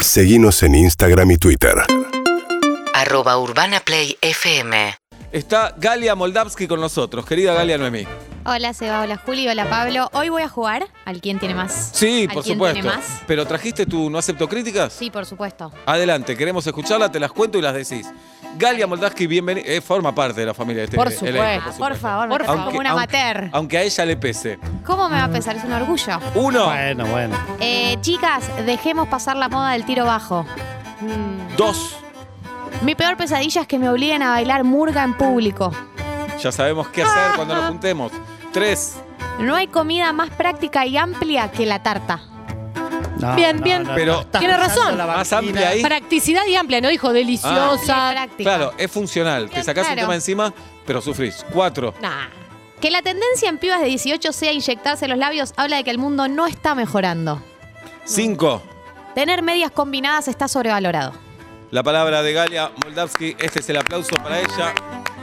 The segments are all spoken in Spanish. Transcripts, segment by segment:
Seguimos en Instagram y Twitter. Arroba Urbana Play FM. Está Galia Moldavsky con nosotros. Querida Galia Noemí. Hola Seba, hola Juli, hola Pablo. Hoy voy a jugar al quién tiene más. Sí, ¿Al por quién supuesto. tiene más? Pero trajiste tu No acepto críticas. Sí, por supuesto. Adelante, queremos escucharla, te las cuento y las decís. Galia Moldavsky, bienvenida. forma parte de la familia de este Por elenco, supuesto. Ah, por por favor, me Por tratas favor. como un amateur. aunque a ella le pese. ¿Cómo me va a pesar? Es un orgullo. Uno, Bueno, bueno. Eh, chicas, dejemos pasar la moda del tiro bajo. Mm. dos. Mi peor pesadilla es que me obliguen a bailar murga en público. Ya sabemos qué hacer cuando Ah. nos juntemos. Tres. No hay comida más práctica y amplia que la tarta. No, Bien, bien. Pero- Estás Tiene cruzando razón. la Más banquina. amplia ahí. Practicidad y amplia, ¿no? Dijo Y deliciosa. Ah. práctica. ah. Claro, es funcional. Te Bien, sacás un claro. tema encima, pero sufrís. Cuatro. Nah. Que la tendencia en pibas de 18 sea inyectarse los labios habla de que el mundo no está mejorando. Cinco. Tener medias combinadas está sobrevalorado. La palabra de Galia Moldavsky. Este es el aplauso para ella.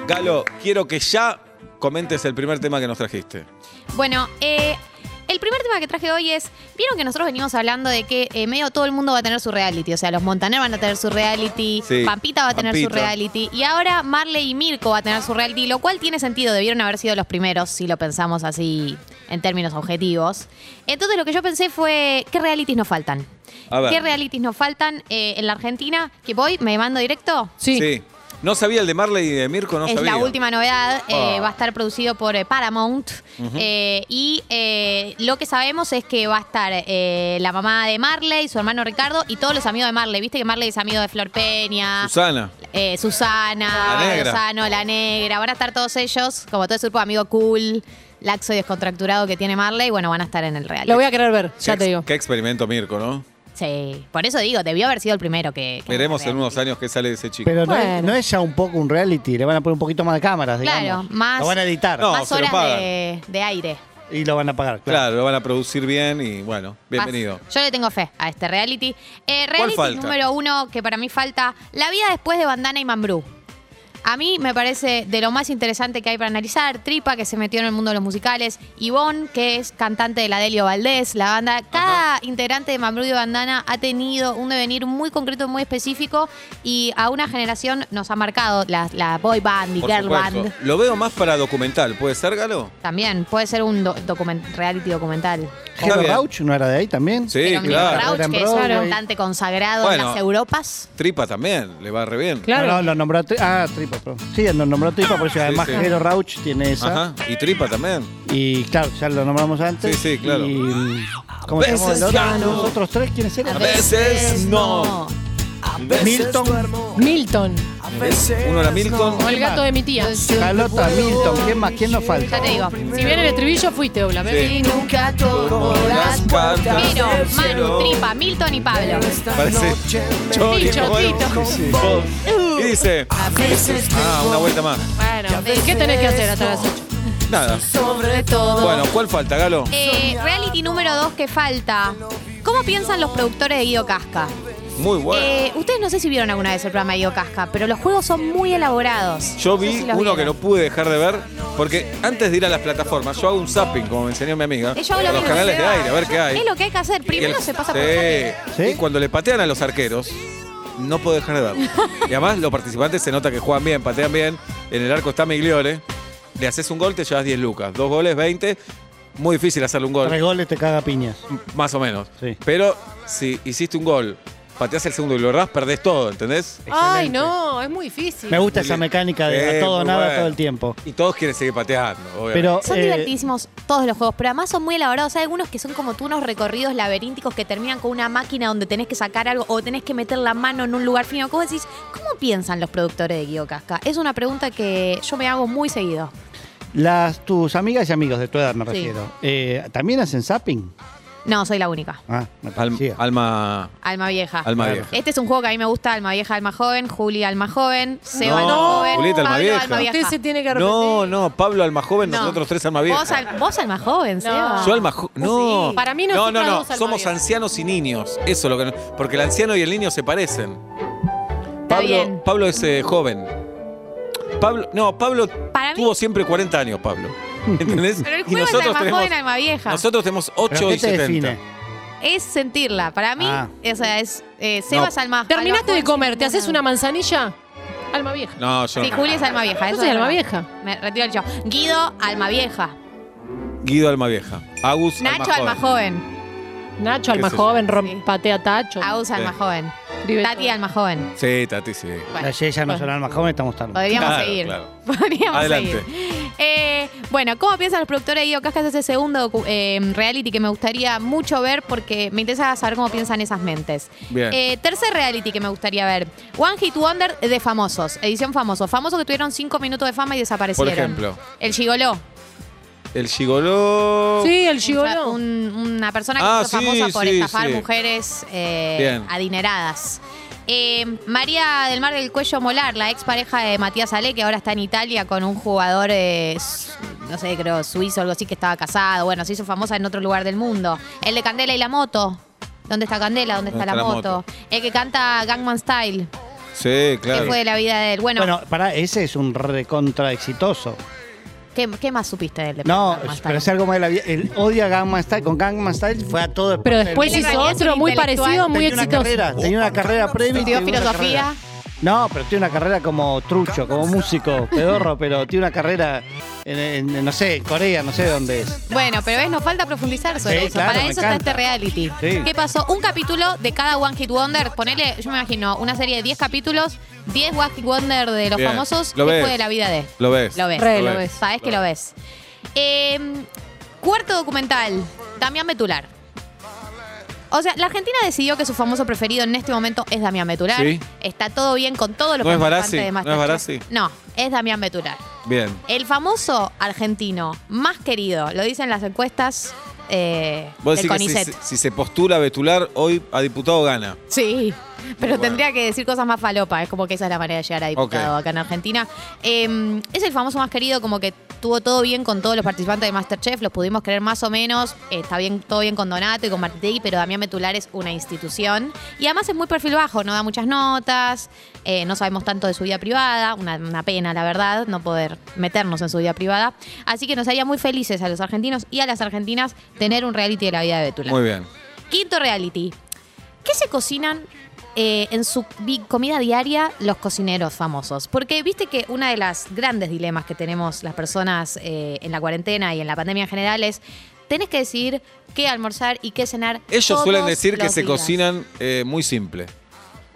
Galo, quiero que ya comentes el primer tema que nos trajiste. Bueno, eh, el primer tema que traje hoy es, vieron que nosotros venimos hablando de que eh, medio todo el mundo va a tener su reality, o sea, los Montaner van a tener su reality, Sí, Pampita va a tener su Pampita. reality, y ahora Marley y Mirko va a tener su reality, lo cual tiene sentido, debieron haber sido los primeros, si lo pensamos así en términos objetivos. Entonces lo que yo pensé fue, ¿qué realities nos faltan? A ver. ¿Qué realities nos faltan eh, en la Argentina? Que voy, me mando directo. Sí. No sabía el de Marley y de Mirko, no es sabía. la última novedad, eh, Ah. va a estar producido por eh, Paramount. Eh, y eh, lo que sabemos es que va a estar eh, la mamá de Marley, su hermano Ricardo y todos los amigos de Marley. Viste que Marley es amigo de Flor Peña, Susana. eh, Susana, La Negra. Lozano, la negra. Van a estar todos ellos, como todo ese grupo de amigo cool, laxo y descontracturado que tiene Marley. Bueno, van a estar en el real. Lo voy a querer ver, ya Qué te ex- digo. Qué experimento Mirko, ¿no? Sí, por eso digo, debió haber sido el primero que. que Veremos en reality. unos años qué sale de ese chico. Pero no, es, Bueno. no es ya un poco un reality, le van a poner un poquito más de cámaras, digamos. Claro, más- Lo van a editar No. Más se lo horas pagan. de, de aire. y lo van a pagar, claro. Claro, lo van a producir bien y bueno, bienvenido. Paz. Yo le tengo fe a este reality. Eh, reality falta? número uno que para mí falta, la vida después de Bandana y Mambrú. A mí me parece de lo más interesante que hay para analizar. Tripa, que se metió en el mundo de los musicales. Ivonne, que es cantante de la Delio Valdés, la banda. Cada integrante de Mambrú y de Bandana ha tenido un devenir muy concreto, muy específico. Y a una generación nos ha marcado la, la boy band y Por girl supuesto. band. Lo veo más para documental, ¿puede ser, Galo? También puede ser un do- document- reality documental. Está Heber bien. Rauch no era de ahí también. Sí, Pero Miguel claro. Rauch, Era en que es un Broadway. cantante consagrado Bueno. en las Europas. Tripa también, le va re bien. Claro. No, no, lo nombró a Tri- Ah, Tripa, perdón. Sí, lo nombró a Tripa, por eso además sí. Jero Rauch tiene esa. Ajá. Y tripa también. Y claro, ya lo nombramos antes. Sí, sí, claro. Y mm, ¿cómo A se llamó el veces otro? gano. ¿Los otros tres quiénes A eran? veces no. Milton, Milton. Uno era Milton. O el gato de mi tía. Carlota, Milton, ¿quién más? ¿Quién nos Ya falta? te digo. Si bien el estribillo fuiste, Ola. Sí. Nunca tomo las puertas Pero, del Manu, cielo. Tripa, Milton y Pablo. Parece Chori, Tito, bueno, Tito. sí, sí. Uh. Y dice, A veces ah, una vuelta más. Bueno, ¿qué tenés que hacer hasta las 8? Nada. sobre todo. Bueno, ¿cuál falta, Galo? Eh, reality número dos que falta. ¿Cómo piensan los productores de Guido Casca? Muy bueno. Eh, ustedes no sé si vieron alguna vez el programa de Guido Casca, pero los juegos son muy elaborados. Yo No sé vi si los uno que no vieron. pude dejar de ver, porque antes de ir a las plataformas, yo hago un zapping, como me enseñó mi amiga, Eh, yo hago lo a los mismo, canales de Seba. aire, a ver qué hay. Es lo que hay que hacer. Y Primero el- se pasa Sí. por saque. ¿Sí? Y cuando le patean a los arqueros, no puedo dejar de verlo. y además, los participantes se nota que juegan bien, patean bien. En el arco está Migliore. Le haces un gol, te llevas 10 lucas. Dos goles, 20. Muy difícil hacerle un Tres gol, goles te caga piñas. más o menos. Sí. Pero si hiciste un gol, pateás el segundo y lo errás, perdés todo, ¿entendés? Ay, no, es muy difícil. Me gusta Muy esa bien. mecánica de Eh, a todo o muy nada bueno. todo el tiempo. Y todos quieren seguir pateando, obviamente. Pero Son eh, divertidísimos todos los juegos, pero además son muy elaborados. Hay algunos que son como tú unos recorridos laberínticos que terminan con una máquina donde tenés que sacar algo o tenés que meter la mano en un lugar fino. ¿Cómo decís? ¿Cómo piensan los productores de Guido Casca? Es una pregunta que yo me hago muy seguido. las tus amigas y amigos de tu edad me Sí. refiero, eh, ¿también hacen zapping? No, soy la única. Ah, me Al- parecía. alma, Alma vieja. alma Claro. vieja. este es un juego que a mí me gusta, Alma Vieja, Alma Joven, Juli Alma Joven, Seba No, Alma Joven, Julieta, Alma Pablo Vieja. Alma Vieja. Usted se tiene que arrepentir. No, no, Pablo alma joven, No. nosotros tres alma vieja. Vos, al- vos Alma Joven, Seba. Yo alma jo- No. Sí. Para mí no, nosotras no, no. dos alma Somos vieja. ancianos y niños. Eso es lo que. no- Porque el anciano y el niño se parecen. Está Pablo, bien. Pablo es eh, joven. Pablo, no, Pablo Para mí- tuvo siempre 40 años, Pablo. ¿Entendés? Pero el y juego es nosotros Alma tenemos, Joven, Alma Vieja. nosotros tenemos ¿Pero 8 qué y te 70. define? es sentirla. Para mí, Ah. o sea, es eh, Sebas No. alma. Terminaste alma de joven, comer, sin ¿te haces ninguna- una manzanilla? Alma vieja. No, yo Sí, no. Juli es alma vieja. Yo eso soy es alma verdad. vieja. Me retiro el show. Guido, alma vieja. Guido Almavieja. Agus Nacho, alma joven. Nacho, ¿Qué alma es eso? joven, rom- Sí. patea tacho. Agus, Sí. alma joven. Escribe Tati, todo. alma joven. Sí, Tati, sí. Bueno, Las ellas no son almas jóvenes, estamos tarde. podríamos Claro, seguir. claro. Podríamos Adelante. seguir. Eh, bueno, ¿cómo piensan los productores de Guido Cascas ese segundo docu- eh, reality que me gustaría mucho ver porque me interesa saber cómo piensan esas mentes? Bien. Eh, tercer reality que me gustaría ver. One Hit Wonder de famosos. Edición famosos. Famosos que tuvieron cinco minutos de fama y desaparecieron. Por ejemplo. El Gigoló. El Gigoló. Sí, el gigoló. Un- una persona que Ah, se hizo sí, famosa por sí, estafar sí. mujeres eh, Bien. adineradas. Eh, María del Mar del Cuello Molar, la expareja de Matías Ale, que ahora está en Italia con un jugador, eh, s- no sé, creo, suizo, algo así, que estaba casado. Bueno, se hizo famosa en otro lugar del mundo. El de Candela y la moto. ¿Dónde está Candela? ¿Dónde está, la, moto? El que canta Gangman Style, Sí, claro. que fue de la vida de él. Bueno, Bueno, pará, ese es un recontra exitoso. ¿qué, qué más supiste de él? de No, Gangnam Style? pero es algo más de la vida. Él odia Gangnam Style. Con Gangnam Style fue a todo. el Pero papel. después Tiene hizo realidad, es otro un muy intelectual. parecido, muy Tenía una exitoso. carrera, tenía una carrera previa. y Estudió tenía una filosofía. carrera. No, pero tiene una carrera como trucho, como músico, pedorro, pero tiene una carrera en, en- en, no sé, Corea, no sé dónde es. Bueno, pero ves, nos falta profundizar sobre Sí, eso. claro, Para me eso está encanta. este reality. Sí. ¿Qué pasó? Un capítulo de cada One Hit Wonder. Ponele, yo me imagino, una serie de 10 capítulos, 10 One Hit Wonder de los Bien. famosos. Lo ¿Qué ves. fue de la vida de? Lo ves. Lo ves. Re, Lo lo ves. ves. Sabes que lo ves. Eh, cuarto documental, Damián Betular. O sea, la Argentina decidió que su famoso preferido en este momento es Damián Betular. Sí. Está todo bien con todos los ¿No es Barassi? participantes de ¿No es Masterchef. Barassi? No, es Damián Betular. Bien. El famoso argentino más querido, lo dicen las encuestas eh, Vos del decís que si, CONICET. se- si se postula Betular, hoy a diputado gana. Sí, pero Bueno. tendría que decir cosas más falopa. Es como que esa es la manera de llegar a diputado acá en Argentina. Eh, es el famoso más querido, como que tuvo todo bien con todos los participantes de Masterchef, los pudimos creer más o menos. eh, está bien, todo bien con Donato y con Martí, pero Damián Betular es una institución. Y además es muy perfil bajo, no da muchas notas, eh, no sabemos tanto de su vida privada. Una, una pena, la verdad, no poder meternos en su vida privada. Así que nos haría muy felices a los argentinos y a las argentinas tener un reality de la vida de Betular. Muy bien. Quinto reality. ¿Qué se cocinan eh, en su vi- comida diaria los cocineros famosos? Porque viste que una de las grandes dilemas que tenemos las personas eh, en la cuarentena y en la pandemia en general es tenés que decidir qué almorzar y qué cenar. Ellos todos suelen decir que los se días. cocinan eh, muy simple.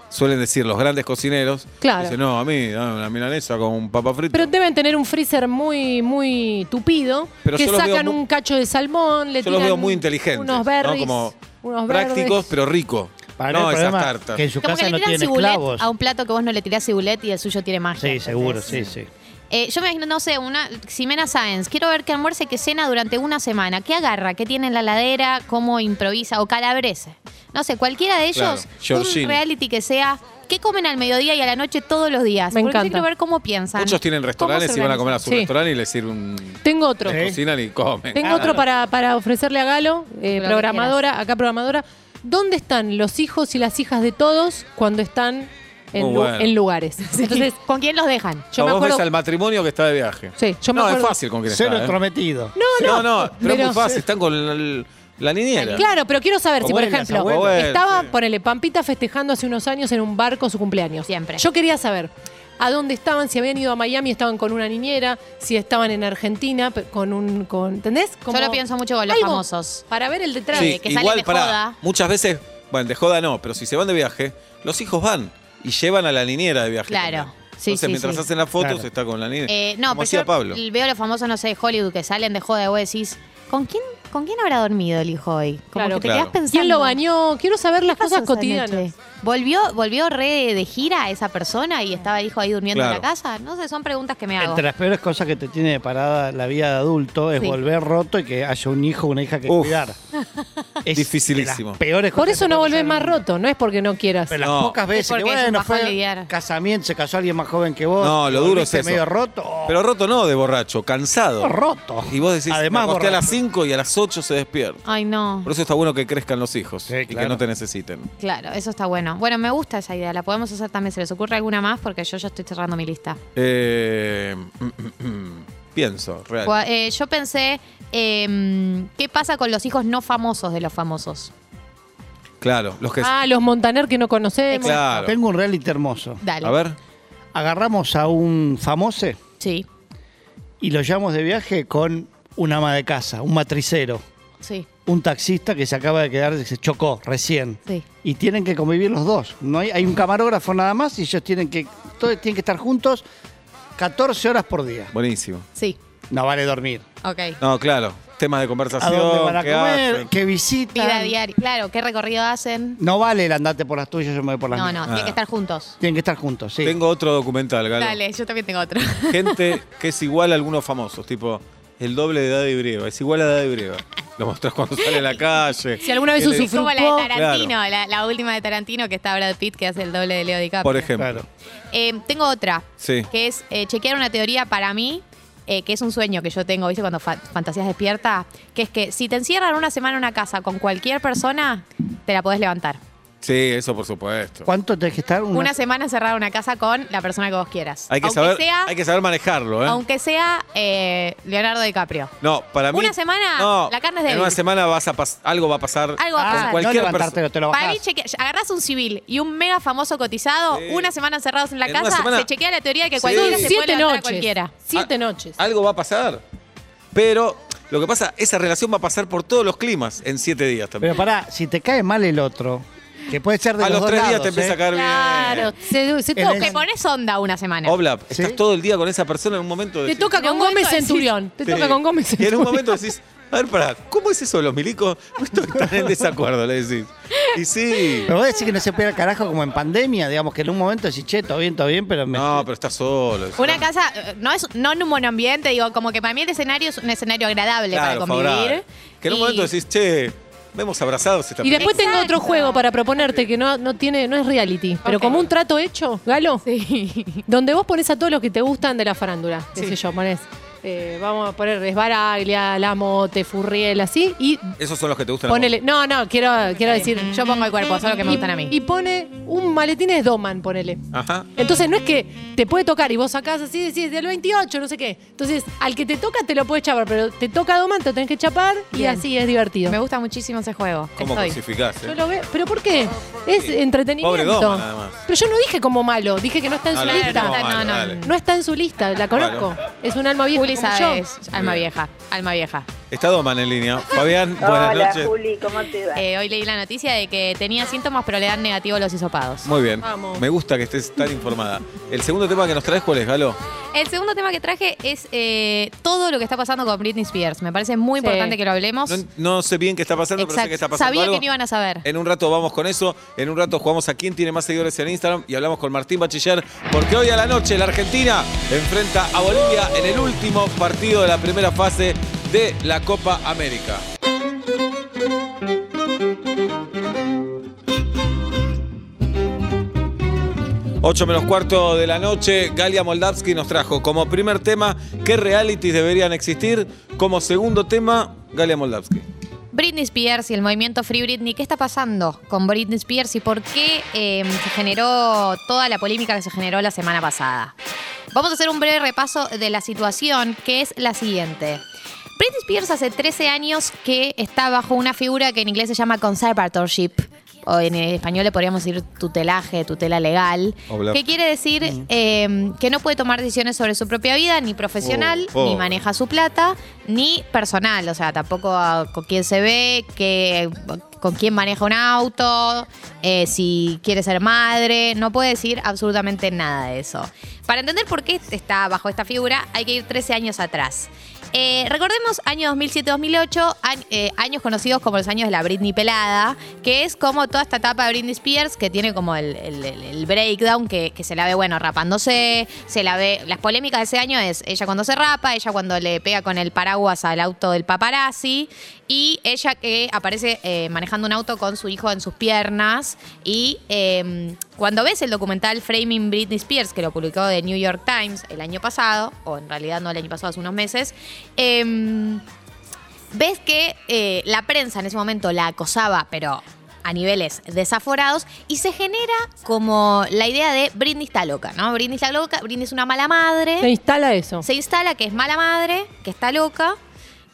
Suelen decir los grandes cocineros. Claro. Dicen, no, a mí, dame una milanesa con un papa frito. Pero deben tener un freezer muy, muy tupido, Pero que yo los veo sacan mu- un cacho de salmón, le Yo los tiran veo muy inteligentes. Unos ¿no? berries, Como unos prácticos, verdes. pero ricos. Para No, el esas problema tartas. que en su Como que casa le no tiran tiene cibulet esclavos. a un plato que vos no le tirás cibulet y el suyo tiene magia. Sí, seguro, sí, ¿entendés? sí. Eh, yo me imagino, no sé, una Ximena Sáenz. Quiero ver qué almuerce, qué cena durante una semana. ¿Qué agarra? ¿Qué tiene en la ladera? ¿Cómo improvisa? O calabrese. No sé, cualquiera de ellos. Claro, Georgini. Un reality que sea. ¿Qué comen al mediodía y a la noche todos los días? Me Porque yo encanta. quiero ver cómo piensan. Muchos tienen restaurantes se y van a comer a su organizan? Sí. restaurante y les sirven un... Tengo otro. Sí. Cocinan y comen. Ah, Tengo Claro. otro para, para ofrecerle a Galo, eh, Lo que programadora, acá programadora. ¿Dónde están los hijos y las hijas de todos cuando están en, Muy lu- bueno. en lugares? Entonces, ¿Con quién los dejan? yo O me vos acuerdo. ves al matrimonio que está de viaje. Sí, yo me no, es acuerdo. fácil con quién Cero está. ¿eh? entrometido. No, no, pero, es muy pero- fácil. Están con el- la, niñera. Claro, pero quiero saber si, por Abuelas, ejemplo, abuelos. estaba, Sí. ponele, Pampita festejando hace unos años en un barco su cumpleaños. Siempre. Yo quería saber a dónde estaban, si habían ido a Miami, estaban con una niñera, si estaban en Argentina, pe- con un. Con, ¿Entendés? Como Yo lo pienso mucho con los algo famosos. Para ver el detrás. Sí, que salen igual de para joda. muchas veces, bueno, de joda no, pero si se van de viaje, los hijos van y llevan a la niñera de viaje. Claro. también. Sí, Entonces, sí, mientras sí. hacen las fotos, Claro. está con la niñera. Eh, no, Como pero hacía yo Pablo. veo los famosos, no sé, de Hollywood que salen de joda y vos decís, ¿con quién, ¿con quién habrá dormido el hijo hoy? Como Claro. que te Claro. quedás pensando. ¿Quién lo bañó? Quiero saber las ¿Qué pasó cosas esa cotidianas. noche? ¿Volvió, ¿Volvió re de gira esa persona y estaba el hijo ahí durmiendo en la Claro. casa? No sé, son preguntas que me hago. Entre las peores cosas que te tiene de parada la vida de adulto es Sí. volver roto y que haya un hijo o una hija que Uf. cuidar. Es Dificilísimo. de las peores Por cosas eso que no te volvés pasaron. más roto, no es porque no quieras. Pero las No. pocas Es veces porque que es un bueno, bajón fue lidiar. casamiento, se casó alguien más joven que vos. No, lo y duro volviste es eso. medio roto. oh, Pero roto no de borracho, cansado. roto. Y vos decís, Además, me acosté a borracho. las 5 y a las 8 se despierta. Ay, no. Por eso está bueno que crezcan los hijos Sí, y que claro. no te necesiten. Claro, eso está bueno. Bueno, me gusta esa idea. La podemos hacer también. ¿Se les ocurre alguna más? Porque yo ya estoy cerrando mi lista. Eh, mm, mm, mm. pienso, real. Gua- em, eh, yo pensé, eh, ¿qué pasa con los hijos no famosos de los famosos? Claro, los que. Ah, los Montaner que no conocemos. claro. Tengo un reality hermoso. Dale. A ver. Agarramos a un famoso Sí, y lo llevamos de viaje con un ama de casa, un matricero, sí, un taxista que se acaba de quedar, se chocó recién. sí. y tienen que convivir los dos. No hay, hay un camarógrafo nada más y ellos tienen que, todos tienen que estar juntos 14 horas por día. Buenísimo. Sí, No vale dormir. ok. No, claro. Temas de ¿A conversación. dónde van a ¿qué comer? hacen? ¿Qué visitan? Vida diaria. Claro, ¿qué recorrido hacen? No vale el andate por las tuyas, yo me voy por las No, no, mías. tienen Ah. que estar juntos. Tienen que estar juntos, sí. Tengo otro documental, Galo. Dale, yo también tengo otro. Gente que es igual a algunos famosos, tipo el doble de Daddy Brieva. Es igual a Daddy Brieva. Lo mostrás cuando sale a la calle. Si alguna vez Que le- usufructó- Es como la de Claro. Tarantino, la, la última de Tarantino que está Brad Pitt que hace el doble de Leo DiCaprio. Por ejemplo. Claro. Eh, tengo otra, Sí. que es eh, chequear una teoría para mí, eh, que es un sueño que yo tengo, ¿viste? Cuando fa- fantasías despierta, que es que si te encierran una semana en una casa con cualquier persona, te la podés levantar. Sí, eso por supuesto. ¿Cuánto tenés que estar? Una- Una semana encerrada en una casa con la persona que vos quieras. Hay que, aunque saber, sea, hay que saber manejarlo, ¿eh? aunque sea eh, Leonardo DiCaprio. No, para mí. Una semana, la carne es En débil. una semana vas a pas- algo va a pasar. Algo va a Ah, pasar. no Cualquier levantártelo, te lo Para mí, bajás. chequea- agarrás un civil y un mega famoso cotizado, Sí. una semana encerrados en la En una casa, semana- se chequea la teoría de que Sí. cualquiera Son se puede siete levantar a noches. cualquiera. Ah, Siete noches. Algo va a pasar. Pero lo que pasa, esa relación va a pasar por todos los climas en siete días también. Pero pará, si te cae mal el otro, que puede ser de a los dos tres días lados, te empieza ¿eh? a caer Claro, bien. se, se El toca. Te pones onda una semana. Oblap, Sí. estás todo el día con esa persona en un momento. Te decís- toca En un con Gómez momento decís- Centurión. Te Sí. toca con Gómez Eh, Y en un Centurión. momento decís, a ver, pará, ¿cómo es eso de los milicos? No estoy tan en desacuerdo, le decís. Y sí. Pero vos decís que no se puede ir al carajo como en pandemia, digamos que en un momento decís, che, todo bien, todo bien, pero me- No, pero estás solo. Una casa, eh, no es no en un monoambiente, digo, como que para mí el escenario es un escenario agradable para convivir. favorable. Que en un Y- momento decís, che, vemos abrazados esta Y película. después tengo otro Exacto. juego para proponerte que no, no tiene, no es reality, pero como un trato hecho, Galo, donde vos pones a todos los que te gustan de la farándula, qué sé yo, ponés, eh, vamos a poner Esbaraglia, Lamote, Furriel, así, y Esos son los que te gustan. a vos. ponele, no, no, quiero, quiero decir, Yo pongo el cuerpo, solo que me y- gustan a mí. Y pone un maletín es Doman, ponele. Ajá. Entonces no es que te puede tocar y vos sacás así, decís del 28, no sé qué. Entonces, al que te toca te lo puedes chapar, pero te toca Doman, te lo tenés que chapar y Bien. así es divertido. me gusta muchísimo ese juego. ¿Cómo Estoy. crucificás? eh? Yo lo veo. ¿Pero por qué? Es entretenimiento. Pobre Doma, nada más. Pero yo no dije como malo, dije que no está en Ah, su lo dijiste lista. como No, malo, no, dale. No está en su lista, la conozco. Bueno. Es un alma vieja. Juli como sabe, yo. es alma Muy bien. vieja, alma vieja. Está Doman en línea. Fabián, buenas Hola, noches. Juli, ¿cómo te va? Eh, hoy leí la noticia de que tenía síntomas, pero le dan negativo los hisopados. Muy bien. Vamos. Me gusta que estés tan informada. El segundo tema que nos traes, ¿cuál es, Galo? El segundo tema que traje es eh, todo lo que está pasando con Britney Spears. Me parece muy Sí. importante que lo hablemos. No, no sé bien qué está pasando, pero sé que está pasando Sabía algo. que no iban a saber. En un rato vamos con eso. En un rato jugamos a quién tiene más seguidores en Instagram y hablamos con Martín Bachiller. Porque hoy a la noche la Argentina enfrenta a Bolivia en el último partido de la primera fase de la Copa América. Ocho menos cuarto de la noche, Galia Moldavsky nos trajo como primer tema qué realities deberían existir. Como segundo tema, Galia Moldavsky. Britney Spears y el movimiento Free Britney, ¿qué está pasando con Britney Spears y por qué eh, se generó toda la polémica que se generó la semana pasada? Vamos a hacer un breve repaso de la situación, que es la siguiente. Britney Spears hace 13 años que está bajo una figura que en inglés se llama conservatorship, o en español le podríamos decir tutelaje, tutela legal, Obla. que quiere decir eh, que no puede tomar decisiones sobre su propia vida, ni profesional, Oh, ni pobre. manejar maneja su plata, ni personal, o sea, tampoco a- con quién se ve, que, con quién maneja un auto, eh, si quiere ser madre, no puede decir absolutamente nada de eso. Para entender por qué está bajo esta figura, hay que ir 13 años atrás. Eh, recordemos año 2007-2008, an- eh, años conocidos como los años de la Britney pelada, que es como toda esta etapa de Britney Spears que tiene como el, el- el- el breakdown que, que se la ve, bueno, rapándose, se la ve, las polémicas de ese año es ella cuando se rapa, ella cuando le pega con el paraguas al auto del paparazzi y ella que aparece eh, manejando un auto con su hijo en sus piernas y eh, cuando ves el documental Framing Britney Spears que lo publicó The New York Times el año pasado, o en realidad no el año pasado, hace unos meses, em, ves que eh, la prensa en ese momento la acosaba, pero a niveles desaforados, y se genera como la idea de Britney está loca, ¿no? Britney está loca, Britney es una mala madre Se instala eso. se instala que es mala madre, que está loca.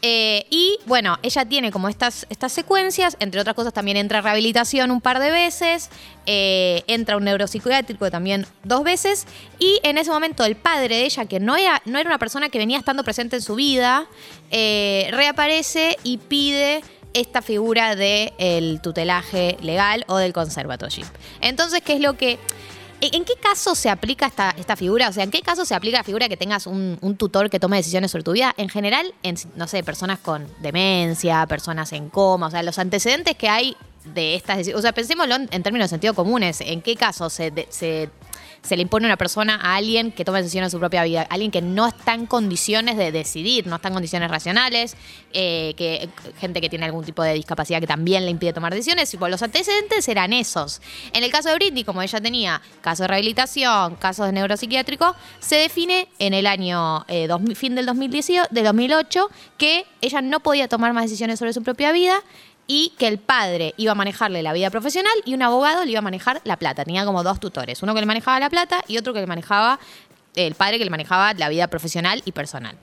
Eh, y bueno, ella tiene como estas, estas secuencias, entre otras cosas también entra a rehabilitación un par de veces, eh, entra a un neuropsiquiátrico también dos veces, y en ese momento el padre de ella, que no era, no era una persona que venía estando presente en su vida, eh, reaparece y pide esta figura del tutelaje legal o del conservatorship. Entonces, ¿qué es lo que... ¿En en qué caso se aplica esta, esta figura? O sea, ¿en qué caso se aplica la figura que tengas un, un tutor que tome decisiones sobre tu vida? En general, en, no sé, personas con demencia, personas en coma, o sea, los antecedentes que hay de estas decisiones. O sea, pensémoslo en, en términos de sentido comunes. ¿En qué caso se, de- se, se le impone una persona a alguien que tome decisiones de su propia vida? Alguien que no está en condiciones de decidir, no está en condiciones racionales, eh, que gente que tiene algún tipo de discapacidad que también le impide tomar decisiones. Tipo, los antecedentes eran esos. En el caso de Britney, como ella tenía casos de rehabilitación, casos de neuropsiquiátrico, se define en el año eh, 2000 fin del 2018, de 2008 que ella no podía tomar más decisiones sobre su propia vida y que el padre iba a manejarle la vida profesional y un abogado le iba a manejar la plata. Tenía como dos tutores, uno que le manejaba la plata y otro que le manejaba, el padre que le manejaba la vida profesional y personal.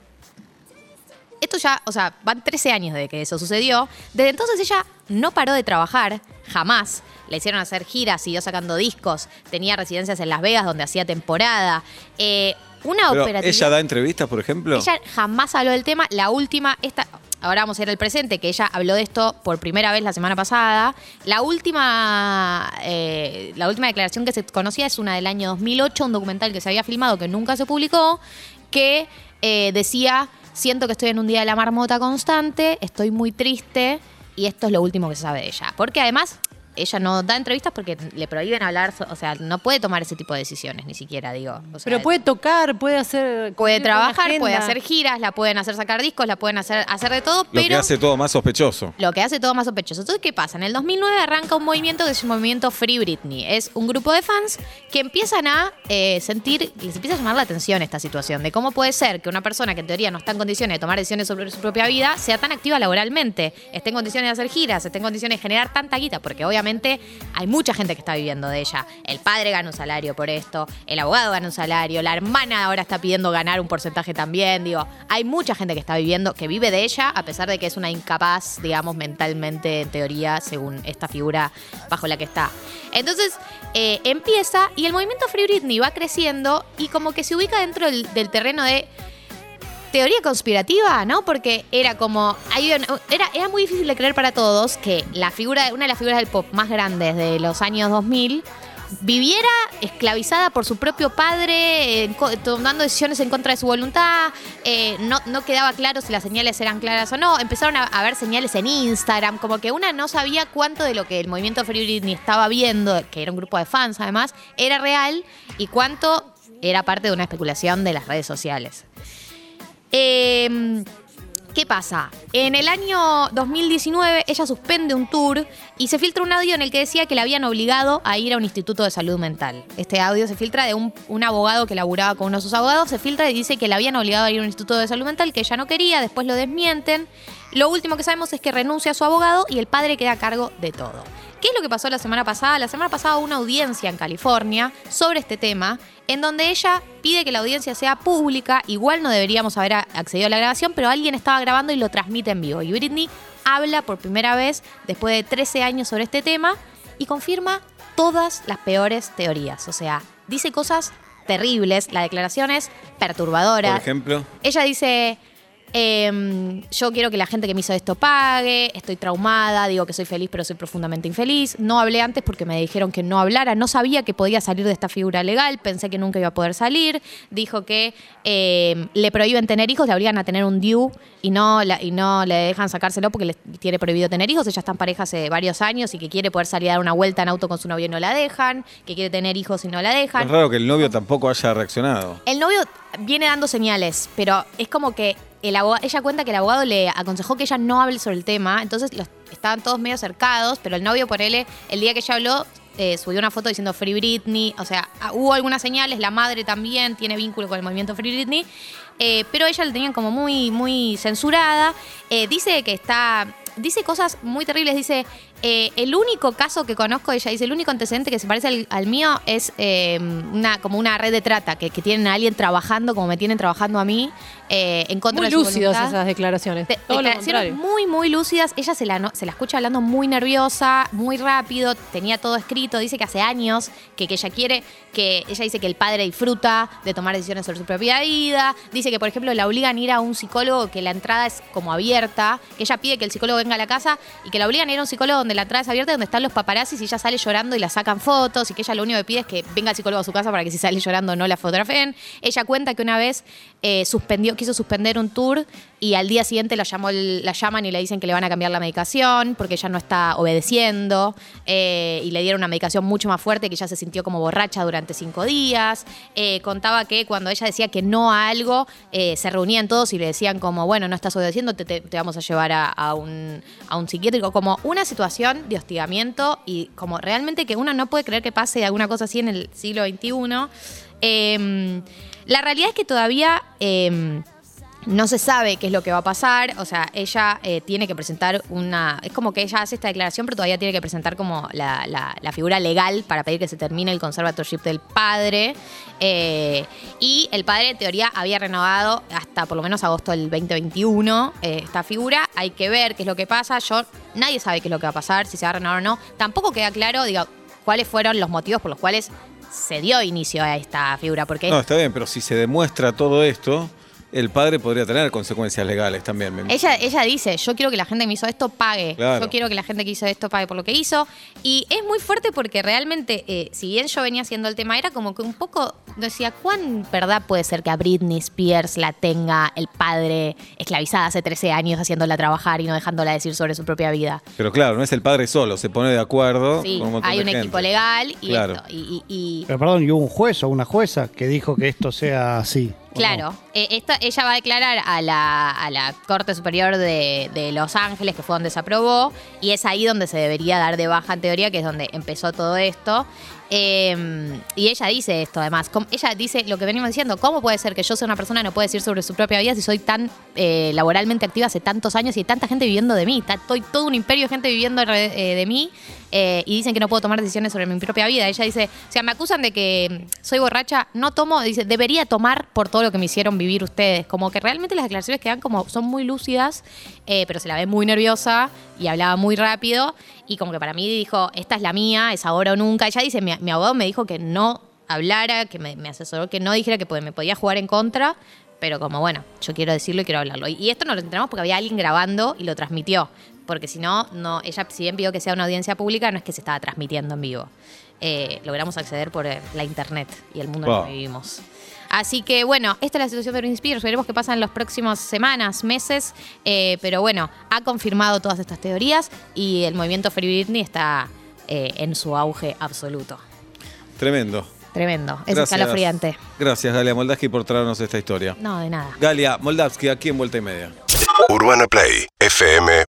Esto ya, o sea, van 13 años desde que eso sucedió. Desde entonces ella no paró de trabajar, jamás. La hicieron hacer giras, siguió sacando discos, tenía residencias en Las Vegas donde hacía temporada. Eh, una Pero, operativa. ¿Ella da entrevistas, por ejemplo? Ella jamás habló del tema. La última, esta, ahora vamos a ir al presente, que ella habló de esto por primera vez la semana pasada. La última, eh, la última declaración que se conocía es una del año 2008, un documental que se había filmado que nunca se publicó, que eh, decía, siento que estoy en un día de la marmota constante, estoy muy triste y esto es lo último que se sabe de ella. Porque además... Ella no da entrevistas porque le prohíben hablar, so- o sea, no puede tomar ese tipo de decisiones, ni siquiera, digo. O sea, Pero puede tocar, puede hacer. Puede cumplir con trabajar, la puede agenda. hacer giras, la pueden hacer sacar discos, la pueden hacer, hacer de todo, Lo pero que hace todo más sospechoso. lo que hace todo más sospechoso. Entonces, ¿qué pasa? En el 2009 arranca un movimiento que es el movimiento Free Britney. Es un grupo de fans que empiezan a eh, sentir, les empieza a llamar la atención esta situación de cómo puede ser que una persona que en teoría no está en condiciones de tomar decisiones sobre su propia vida sea tan activa laboralmente, esté en condiciones de hacer giras, esté en condiciones de generar tanta guita, porque obviamente hay mucha gente que está viviendo de ella. El padre gana un salario por esto, el abogado gana un salario, la hermana ahora está pidiendo ganar un porcentaje también. Digo, hay mucha gente que está viviendo, que vive de ella, a pesar de que es una incapaz, digamos, mentalmente, en teoría, según esta figura bajo la que está. Entonces, eh, empieza y el movimiento Free Britney va creciendo y como que se ubica dentro del- del terreno de teoría conspirativa, ¿no? Porque era como. hay un- era, era muy difícil de creer para todos que la figura, una de las figuras del pop más grandes de los años 2000 viviera esclavizada por su propio padre, eh, en co- tomando decisiones en contra de su voluntad, eh, no, no quedaba claro si las señales eran claras o no, empezaron a haber señales en Instagram, como que una no sabía cuánto de lo que el movimiento Free Britney estaba viendo, que era un grupo de fans además, era real y cuánto era parte de una especulación de las redes sociales. Eh, ¿Qué pasa? En el año 2019 ella suspende un tour y se filtra un audio en el que decía que la habían obligado a ir a un instituto de salud mental. Este audio se filtra de un, un abogado que laburaba con uno de sus abogados, se filtra y dice que la habían obligado a ir a un instituto de salud mental que ella no quería, después lo desmienten. Lo último que sabemos es que renuncia a su abogado y el padre queda a cargo de todo. ¿Qué es lo que pasó la semana pasada? La semana pasada hubo una audiencia en California sobre este tema, en donde ella pide que la audiencia sea pública. Igual no deberíamos haber a- accedido a la grabación, pero alguien estaba grabando y lo transmite en vivo. Y Britney habla por primera vez, después de 13 años, sobre este tema y confirma todas las peores teorías. O sea, dice cosas terribles, la declaración es perturbadora. Por ejemplo. Ella dice, em, yo quiero que la gente que me hizo esto pague, estoy traumada, digo que soy feliz pero soy profundamente infeliz, no hablé antes porque me dijeron que no hablara, no sabía que podía salir de esta figura legal, pensé que nunca iba a poder salir, dijo que em, le prohíben tener hijos, le obligan a tener un due y no, la- y no le dejan sacárselo porque le tiene prohibido tener hijos, ella está en pareja hace varios años y que quiere poder salir a dar una vuelta en auto con su novio y no la dejan, que quiere tener hijos y no la dejan. Es raro que el novio tampoco haya reaccionado. El novio viene dando señales, pero es como que el abogado- ella cuenta que el abogado le aconsejó que ella no hable sobre el tema, entonces los, estaban todos medio cercados, pero el novio por él, el día que ella habló, eh, subió una foto diciendo Free Britney, o sea, ah, hubo algunas señales, la madre también tiene vínculo con el movimiento Free Britney, eh, pero ella la tenían como muy, muy censurada, Eh, dice que está dice cosas muy terribles. Dice, Eh, el único caso que conozco, ella dice, el único antecedente que se parece al, al mío es eh, una, como una red de trata, que, que tienen a alguien trabajando, como me tienen trabajando a mí, eh, en contra Muy de su lúcidos voluntad. esas declaraciones. Te- Todo lo declaraciones contrario. muy, muy lúcidas. Ella se la, no- se la escucha hablando muy nerviosa, muy rápido, tenía todo escrito. Dice que hace años que, que ella quiere, que ella dice que el padre disfruta de tomar decisiones sobre su propia vida. Dice que, por ejemplo, la obligan a ir a un psicólogo que la entrada es como abierta, que ella pide que el psicólogo venga a la casa y que la obligan a ir a un psicólogo donde la entrada es abierta, donde están los paparazzis y ella sale llorando y la sacan fotos y que ella lo único que pide es que venga el psicólogo a su casa para que si sale llorando no la fotografen. Ella cuenta que una vez eh, suspendió, quiso suspender un tour y al día siguiente la, llamó el- la llaman y le dicen que le van a cambiar la medicación porque ella no está obedeciendo eh, y le dieron una medicación mucho más fuerte que ella se sintió como borracha durante cinco días. Eh, contaba que cuando ella decía que no a algo, eh, se reunían todos y le decían como, bueno, no estás obedeciendo, te, te- te vamos a llevar a, a un, a un psiquiátrico. Como una situación de hostigamiento y como realmente que uno no puede creer que pase alguna cosa así en el siglo XXI. Eh, la realidad es que todavía... eh, no se sabe qué es lo que va a pasar, o sea, ella eh, tiene que presentar una... Es como que ella hace esta declaración, pero todavía tiene que presentar como la, la- la figura legal para pedir que se termine el conservatorship del padre. Eh, y el padre, en teoría, había renovado hasta por lo menos agosto del 2021 eh, esta figura. Hay que ver qué es lo que pasa. Yo, nadie sabe qué es lo que va a pasar, si se va a renovar o no. Tampoco queda claro, diga, cuáles fueron los motivos por los cuales se dio inicio a esta figura, porque... No, está bien, pero si se demuestra todo esto, el padre podría tener consecuencias legales también. me- Ella, ella dice, yo quiero que la gente que me hizo esto pague. Claro. Yo quiero que la gente que hizo esto pague por lo que hizo. Y es muy fuerte porque realmente, eh, si bien yo venía haciendo el tema, era como que un poco decía, ¿cuán verdad puede ser que a Britney Spears la tenga el padre esclavizada hace 13 años haciéndola trabajar y no dejándola decir sobre su propia vida? Pero claro, no es el padre solo, se pone de acuerdo Sí, con un montón hay de un gente. equipo legal y, Claro. esto, y- y- y- Pero perdón, y hubo un juez o una jueza que dijo que esto sea así. ¿o no? Claro, eh, esta- ella va a declarar a la, a la Corte Superior de, de Los Ángeles, que fue donde se aprobó, y es ahí donde se debería dar de baja en teoría, que es donde empezó todo esto. Eh, y ella dice esto además, com- ella dice lo que venimos diciendo, ¿cómo puede ser que yo sea una persona que no puede decir sobre su propia vida si soy tan eh, laboralmente activa hace tantos años y hay tanta gente viviendo de mí? Ta- Estoy todo un imperio de gente viviendo alre- eh, de mí eh, y dicen que no puedo tomar decisiones sobre mi propia vida. Ella dice, o sea, me acusan de que mm, soy borracha, no tomo, dice, debería tomar por todo lo que me hicieron vivir ustedes. Como que realmente las declaraciones que dan como son muy lúcidas, eh, pero se la ve muy nerviosa y hablaba muy rápido y como que para mí dijo, esta es la mía, es ahora o nunca. Ella dice, mi, mi abogado me dijo que no hablara, que me, me asesoró que no dijera que po- me podía jugar en contra. Pero como bueno, yo quiero decirlo y quiero hablarlo. Y, y esto nos lo enteramos porque había alguien grabando y lo transmitió. Porque si no, no, ella si bien pidió que sea una audiencia pública, no es que se estaba transmitiendo en vivo. Eh, logramos acceder por eh, la internet y el mundo en el Wow. que vivimos. Así que bueno, esta es la situación de Britney Spears. Veremos qué pasa en las próximas semanas, meses. Eh, pero bueno, ha confirmado todas estas teorías y el movimiento Free Britney está eh, en su auge absoluto. Tremendo. Tremendo. Es Gracias. escalofriante. Gracias, Galia Moldavsky, por traernos esta historia. No, de nada. Galia Moldavsky, aquí en Vuelta y Media. UrbanaPlayFM.com